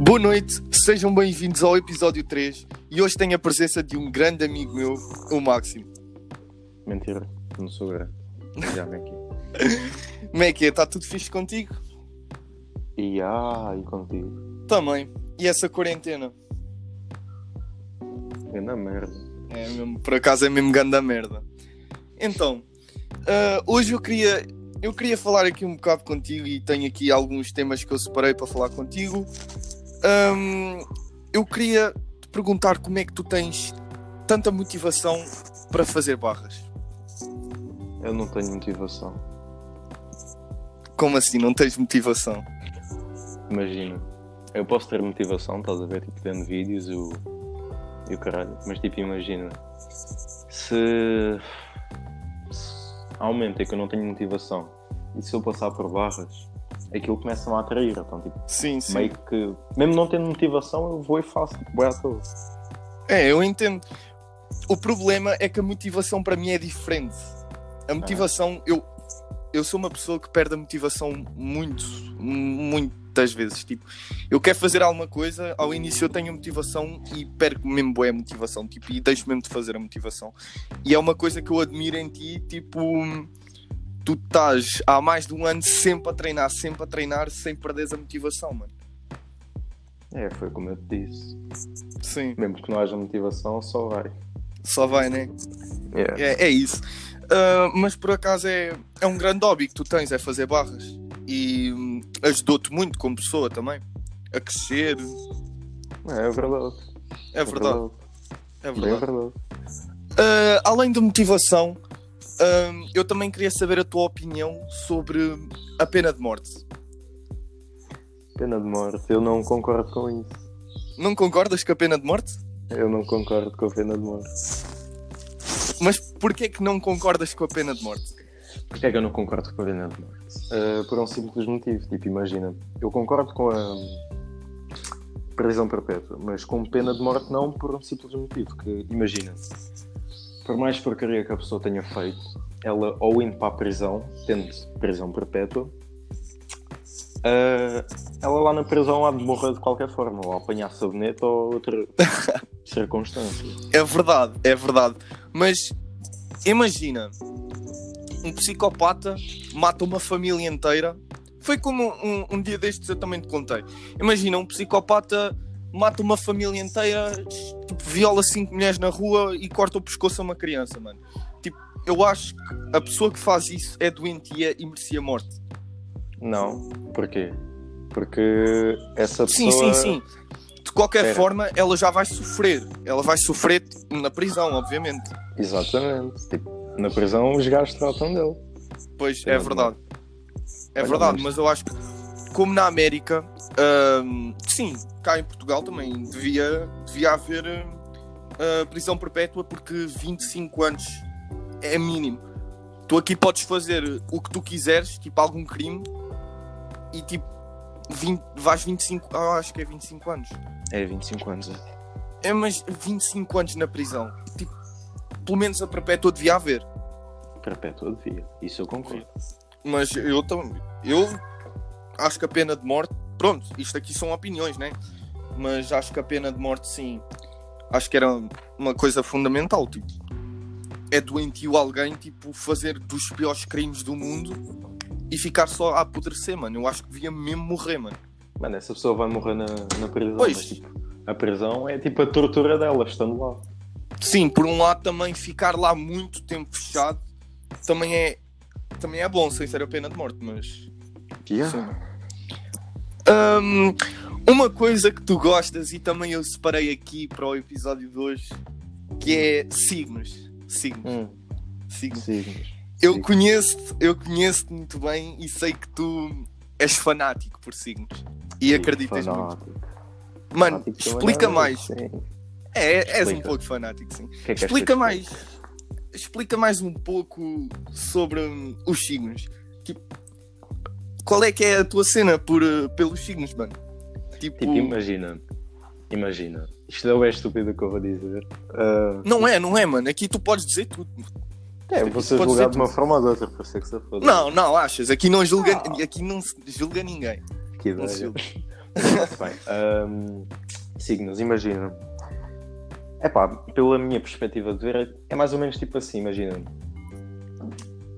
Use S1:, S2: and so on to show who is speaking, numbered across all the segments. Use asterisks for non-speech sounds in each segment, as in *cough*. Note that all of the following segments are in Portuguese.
S1: Boa noite, sejam bem-vindos ao episódio 3 e hoje tenho a presença de um grande amigo meu, o Máximo.
S2: Mentira, não sou grande. Já vem aqui.
S1: Como é que é? Está tudo fixe contigo?
S2: E ai, contigo.
S1: Também. E essa quarentena?
S2: Ainda merda.
S1: É mesmo, por acaso é mesmo ganda merda. Então, ah, hoje eu queria, eu queria falar aqui um bocado contigo e tenho aqui alguns temas que eu separei para falar contigo. Ahm, eu queria te perguntar como é que tu tens tanta motivação para fazer barras.
S2: Eu não tenho motivação.
S1: Como assim? Não tens motivação?
S2: Imagina. Eu posso ter motivação, estás a ver? Tipo, vendo vídeos e o. E o caralho. Mas tipo, imagina. Se. se há um momento em que eu não tenho motivação e se eu passar por barras, aquilo começa-me a atrair. Então, tipo,
S1: Sim, sim.
S2: meio que. Mesmo não tendo motivação, eu vou e faço. Boa à toa.
S1: É, eu entendo. O problema é que a motivação para mim é diferente. A motivação, eu, eu sou uma pessoa que perde a motivação muito, mu- muitas vezes. Tipo, eu quero fazer alguma coisa, ao início eu tenho motivação e perco mesmo bué a motivação, tipo, e deixo mesmo de fazer a motivação. E é uma coisa que eu admiro em ti, tipo, tu estás há mais de um ano sempre a treinar, sempre a treinar, sem perderes a motivação, mano.
S2: É, foi como eu te disse.
S1: Sim,
S2: Mesmo que não haja motivação, só vai.
S1: só vai, né?
S2: Yeah.
S1: É, é isso. Ah, mas por acaso é, é um grande hobby que tu tens, é fazer barras. E hum, ajudou-te muito como pessoa também. A crescer.
S2: É, é verdade.
S1: É verdade. É
S2: É verdade. É
S1: verdade.
S2: verdade.
S1: Ah, além de motivação, hum, eu também queria saber a tua opinião sobre a pena de morte.
S2: Pena de morte, eu não concordo com isso.
S1: Não concordas com a pena de morte?
S2: Eu não concordo com a pena de morte.
S1: Mas porquê que não concordas com a pena de morte?
S2: Porquê é que eu não concordo com a pena de morte? por um simples motivo, tipo, imagina, eu concordo com a prisão perpétua, mas com pena de morte não por um simples motivo, que imagina, por mais porcaria que a pessoa tenha feito, ela ou indo para a prisão, tendo prisão perpétua, ah, ela lá na prisão há de morrer de qualquer forma, ou apanhar sabonete ou *laughs* outra circunstância.
S1: É verdade, é verdade. Mas imagina, um psicopata mata uma família inteira. Foi como um, um dia destes eu também te contei. Imagina, um psicopata mata uma família inteira, tipo, viola cinco mulheres na rua e corta o pescoço a uma criança, mano. Tipo, eu acho que a pessoa que faz isso é doentia e merecia morte.
S2: Não. Porquê? Porque essa
S1: Sim,
S2: pessoa.
S1: sim, sim. De qualquer
S2: Espera.
S1: forma, ela já vai sofrer. Ela vai sofrer tipo, na prisão, obviamente.
S2: Exatamente. Tipo, na prisão os gajos tratam dele.
S1: Pois,
S2: Pena
S1: é
S2: de
S1: verdade. É
S2: Olha,
S1: verdade,
S2: mas-
S1: mas eu acho que, como na América, hum, sim, cá em Portugal também devia, devia haver hum, ah, prisão perpétua, porque 25 anos é mínimo. Tu aqui podes fazer o que tu quiseres, tipo algum crime, e tipo, 20, vais 25, ah, acho que é 25 anos.
S2: É 25 anos. é.
S1: É, mas 25 anos na prisão, tipo, pelo menos a perpétua devia haver.
S2: Perpétua devia. Isso eu concordo.
S1: mas eu também eu acho que a pena de morte pronto isto aqui são opiniões né mas acho que a pena de morte sim acho que era uma coisa fundamental tipo é doentio alguém tipo fazer dos piores crimes do mundo e ficar só a apodrecer mano eu acho que devia mesmo morrer mano
S2: Mano, essa pessoa vai morrer na, na prisão.
S1: Pois.
S2: Mas, tipo, a prisão é tipo a tortura dela, estando lá.
S1: sim por um lado também ficar lá muito tempo fechado também é também é bom sem ser a pena de morte mas Hum, uma coisa que tu gostas e também eu separei aqui para o episódio de hoje, que é signos. Signos.
S2: Hum,
S1: signos.
S2: signos.
S1: Eu
S2: signos.
S1: conheço-te, eu conheço-te muito bem e sei que tu és fanático por signos. E acreditas muito.
S2: Fanático.
S1: Mano,
S2: Fanático também
S1: explica
S2: não, assim.
S1: mais.
S2: sim.
S1: É, és um
S2: Explica.
S1: pouco fanático, sim.
S2: O que é que és
S1: Explica
S2: tu?
S1: mais. Explica mais um pouco sobre hum, os signos. Tipo, qual é que é a tua cena por, eh, pelos signos, mano?
S2: Tipo, imagina. Imagina. Isto não é estúpido que eu vou dizer. Ah,
S1: Não é, não é, mano. Aqui tu podes dizer tudo.
S2: é,
S1: isto
S2: vou ser
S1: pode ser
S2: julgado de
S1: tudo.
S2: uma forma ou de outra, por isso é que se foda.
S1: Não, não, achas? Aqui não julga,
S2: Não.
S1: aqui não se julga ninguém.
S2: Que
S1: Não se
S2: ideia.
S1: julga.
S2: Bem, ahm, signos, imagina. É pá, pela minha perspectiva de ver, é mais ou menos tipo assim, imagina.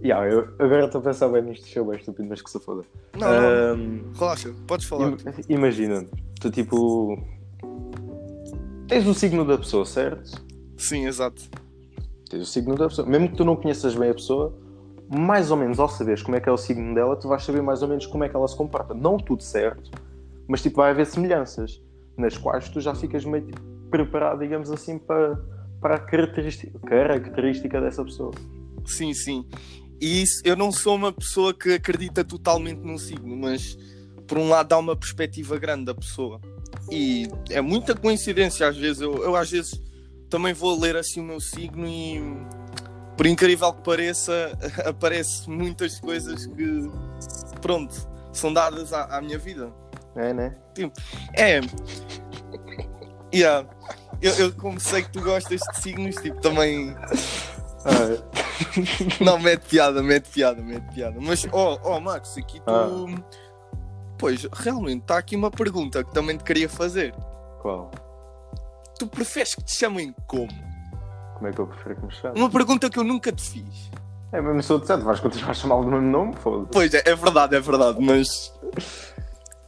S2: Yeah, eu, agora estou a pensar bem nisto, show bem estúpido, mas que se foda.
S1: Não, não,
S2: Ahm,
S1: relaxa, podes falar.
S2: Im- Imagina, tu tipo. Tens o signo da pessoa, certo?
S1: Sim, exato.
S2: Tens o signo da pessoa. Mesmo que tu não conheças bem a pessoa, mais ou menos ao saberes como é que é o signo dela, tu vais saber mais ou menos como é que ela se comporta. Não tudo certo, mas tipo, vai haver semelhanças, nas quais tu já ficas meio tipo, preparado, digamos assim, para, para a característica, característica dessa pessoa.
S1: Sim, sim. E isso, eu não sou uma pessoa que acredita totalmente num signo, mas por um lado dá uma perspectiva grande da pessoa. E é muita coincidência às vezes. Eu, eu às vezes também vou ler assim o meu signo e por incrível que pareça, *laughs* aparece muitas coisas que pronto, são dadas à, à minha vida.
S2: É, né?
S1: É. Yeah. Eu, eu como sei que tu gostas de signos, tipo, também
S2: Ah,
S1: Não, mete piada, mete piada, mete piada. Mas, ó, ó, Max, aqui tu. Pois, realmente, está aqui uma pergunta que também te queria fazer.
S2: qual?
S1: Tu preferes que te chamem como?
S2: Como é que eu prefiro que me chame?
S1: Uma pergunta que eu nunca te fiz.
S2: É mesmo se eu disser, tu vais continuar a chamá-lo do mesmo nome? Foda-se.
S1: Pois, é, é verdade, é verdade, mas.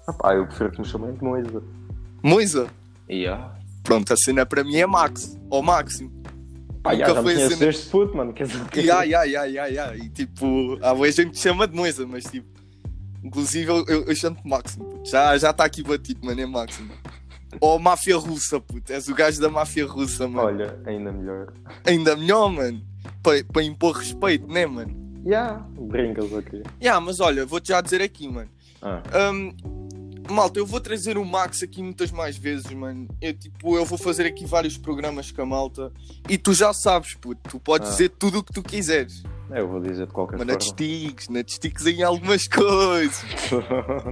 S2: Ah, pá, eu prefiro que me chamem de Moisa.
S1: Moisa,
S2: Yeah.
S1: pronto, a cena para mim é Max, ou Máximo.
S2: Pá, já,
S1: Nunca
S2: já me
S1: foi
S2: conheces
S1: assim, né?
S2: desde puto, mano. Quer dizer, o quê?
S1: E ai, ai, ai, ai, ai. E tipo, há boa gente que te chama de Moisa, mas tipo. Inclusive, eu, eu, eu chamo-te Máximo, puto. Já está aqui batido, mano, é Máximo. Ou máfia russa, puto. És o gajo da máfia russa, mano.
S2: Olha, ainda melhor.
S1: Ainda melhor, mano. Para impor respeito, né, mano?
S2: Yeah. Brincas aqui.
S1: Ya, mas olha, vou-te já dizer aqui, mano.
S2: Ah,
S1: Hum, malta, eu vou trazer o Max aqui muitas mais vezes, mano. Eu, tipo, eu vou fazer aqui vários programas com a malta. E tu já sabes, puto. Tu podes
S2: Ah.
S1: dizer tudo o que tu quiseres.
S2: eu vou dizer de qualquer
S1: Mas não é
S2: forma.
S1: destiques, não destiques em algumas *laughs* coisas.
S2: *laughs*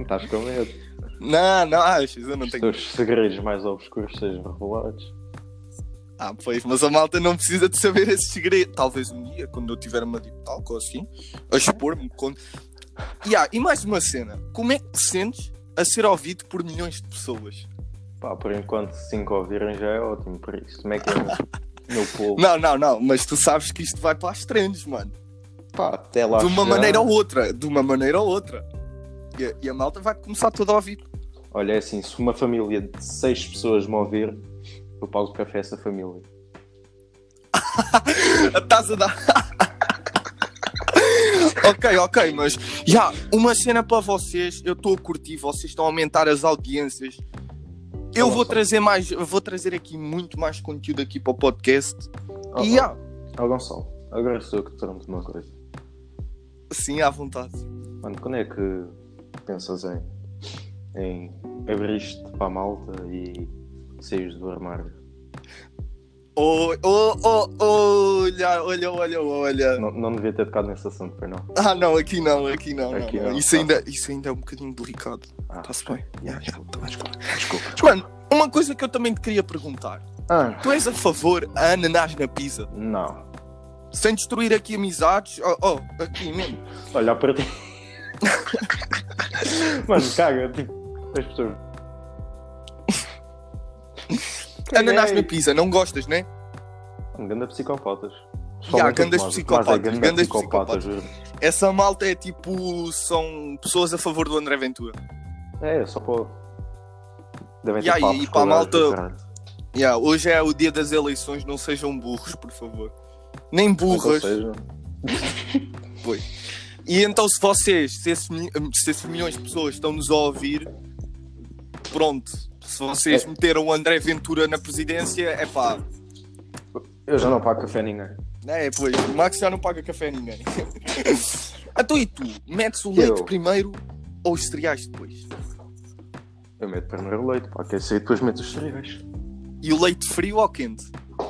S2: Estás com medo.
S1: Não, não achas, eu não
S2: Os
S1: tenho.
S2: teus segredos mais obscuros sejam revelados.
S1: Ah, pois, mas a malta não precisa de saber esse segredo. Talvez um dia, quando eu tiver uma deep talk ou assim, a expor-me. Quando... E há- e mais uma cena. Como é que te sentes a ser ouvido por milhões de pessoas?
S2: Pá, por enquanto, cinco ouvirem já é ótimo. Por isso, como é que é o meu povo?
S1: Não, não, não, mas tu sabes que isto vai para as trends, mano.
S2: Pá, até lá.
S1: de uma
S2: chegar-
S1: maneira ou outra, de uma maneira ou outra. E a, e a malta vai começar toda a ouvir.
S2: Olha, é assim, se uma família de seis pessoas me ouvir, eu pago café a essa família.
S1: Estás a dar. *laughs* ok, ok, mas já, uma cena para vocês. Eu estou a curtir, vocês estão a aumentar as audiências. Eu
S2: Olá,
S1: vou
S2: Fábio.
S1: trazer mais, vou trazer aqui muito mais conteúdo aqui para o podcast.
S2: Oh,
S1: E há,
S2: oh, Gonçalo, agora sou eu que te pergunto uma coisa.
S1: sim, à vontade.
S2: Mano, quando é que pensas em, em abrir-te para a malta e saíres do armário?
S1: Oh, oh, oh, oh, olha, olha, olha, olha.
S2: Não, não devia ter tocado nesse assunto, foi não?
S1: Ah, não, aqui não, aqui não. não,
S2: Aqui
S1: não.
S2: não,
S1: Isso,
S2: tá.
S1: ainda, isso ainda é um bocadinho delicado.
S2: Ah.
S1: Está-se bem. Já, já, tá bem.
S2: Desculpa.
S1: Mano, uma coisa que eu também te queria perguntar:
S2: Ah,
S1: tu és a favor a ananás na pizza?
S2: não.
S1: Sem destruir aqui amizades? Oh, oh aqui mesmo.
S2: Olha para ti. Mano, caga, tipo, as pessoas.
S1: Ananás na
S2: Caguei.
S1: pizza, não gostas, né?
S2: Mano, hum, Ganda psicopatas.
S1: Ya,
S2: Principalmente
S1: gandas
S2: o Tomás. O Tomás
S1: psicopatas,
S2: é ganda
S1: gandas
S2: psicopata, juro.
S1: Essa malta é tipo. São pessoas a favor do André Ventura.
S2: É, só para. Devem ter
S1: Ya, e-
S2: papos
S1: e
S2: com
S1: para a
S2: o gajo,
S1: malta-
S2: caralho.
S1: Yeah, hoje é o dia das eleições, não sejam burros, por favor. Nem
S2: Ou
S1: burras.
S2: seja,
S1: E então, se vocês, se esses, mi- se esses milhões de pessoas estão-nos a ouvir, pronto. Se vocês
S2: É.
S1: meteram o André Ventura na presidência, é pá.
S2: eu já não pago café a ninguém.
S1: É, pois, o Max já não paga café a ninguém. *laughs* então, e tu? Metes o leite
S2: Eu.
S1: primeiro ou os cereais depois?
S2: Eu meto primeiro leite, pá, que é isso aí, depois meto os cereais.
S1: E o leite frio ou quente?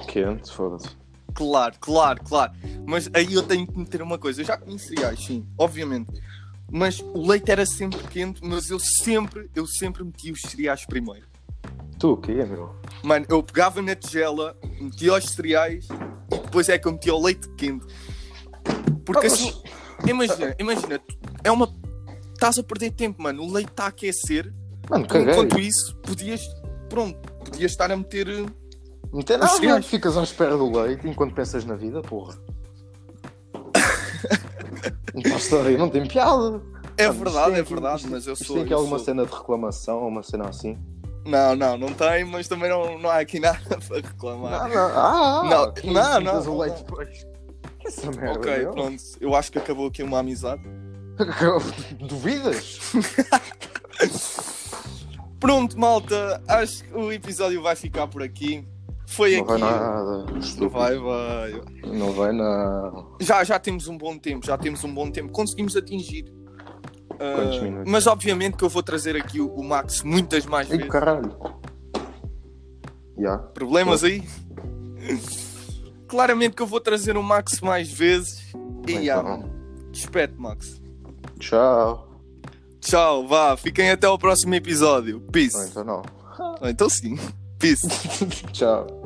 S2: Quente, foda-se.
S1: Claro, claro, claro. Mas aí eu tenho que meter uma coisa. Eu já comi cereais, sim, obviamente. Mas o leite era sempre quente, mas eu sempre, eu sempre meti os cereais primeiro.
S2: Tu o quê, meu?
S1: Mano, eu pegava na tigela, metia os cereais e depois é que eu metia o leite quente. Porque
S2: Ah, mas-
S1: assim, imagina, imagina, tu- é uma. Estás a perder tempo, mano. O leite está a aquecer,
S2: Mano,
S1: Tu,
S2: caguei.
S1: enquanto isso, podias. Pronto, podias estar a meter. eh,
S2: Não tem nada,
S1: Os cigarros.
S2: mano. Ficas à espera do leite enquanto pensas na vida,
S1: *laughs*
S2: porra. não posso rir, não tem piada.
S1: É
S2: Mano, isto
S1: verdade,
S2: tem
S1: é
S2: aqui-
S1: verdade,
S2: isto-
S1: mas eu
S2: isto
S1: sou.
S2: Tem aqui
S1: eu
S2: alguma
S1: sou-
S2: cena de reclamação ou uma cena assim?
S1: Não, não, não tem, mas também não, não há aqui nada *laughs* para reclamar.
S2: Não, não. Ah,
S1: Não,
S2: que
S1: não,
S2: isso,
S1: não,
S2: metas o
S1: não.
S2: leite depois. Que Essa merda.
S1: ok,
S2: não?
S1: pronto, eu acho que acabou aqui uma amizade.
S2: *laughs* Duvidas?
S1: Pronto, malta, acho que o episódio vai ficar por aqui. Foi
S2: Não vai
S1: aqui.
S2: nada.
S1: Não
S2: estúpido.
S1: vai, vai.
S2: Não vai nada.
S1: já, já temos um bom tempo, já temos um bom tempo, conseguimos atingir. Ah,
S2: Quantos minutos?
S1: mas obviamente que eu vou trazer aqui o, o Max muitas mais
S2: Ei,
S1: vezes.
S2: caralho. Já.
S1: Problemas aí? Claramente que eu vou trazer o Max mais vezes. E
S2: Bem,
S1: ah,
S2: tá bom.
S1: mano, despete, Max.
S2: Tchau.
S1: Tchau, vá, fiquem
S2: é.
S1: *laughs* até ao próximo episódio. Peace.
S2: Não, então não.
S1: Ah, Então sim. Peace.
S2: Tchau.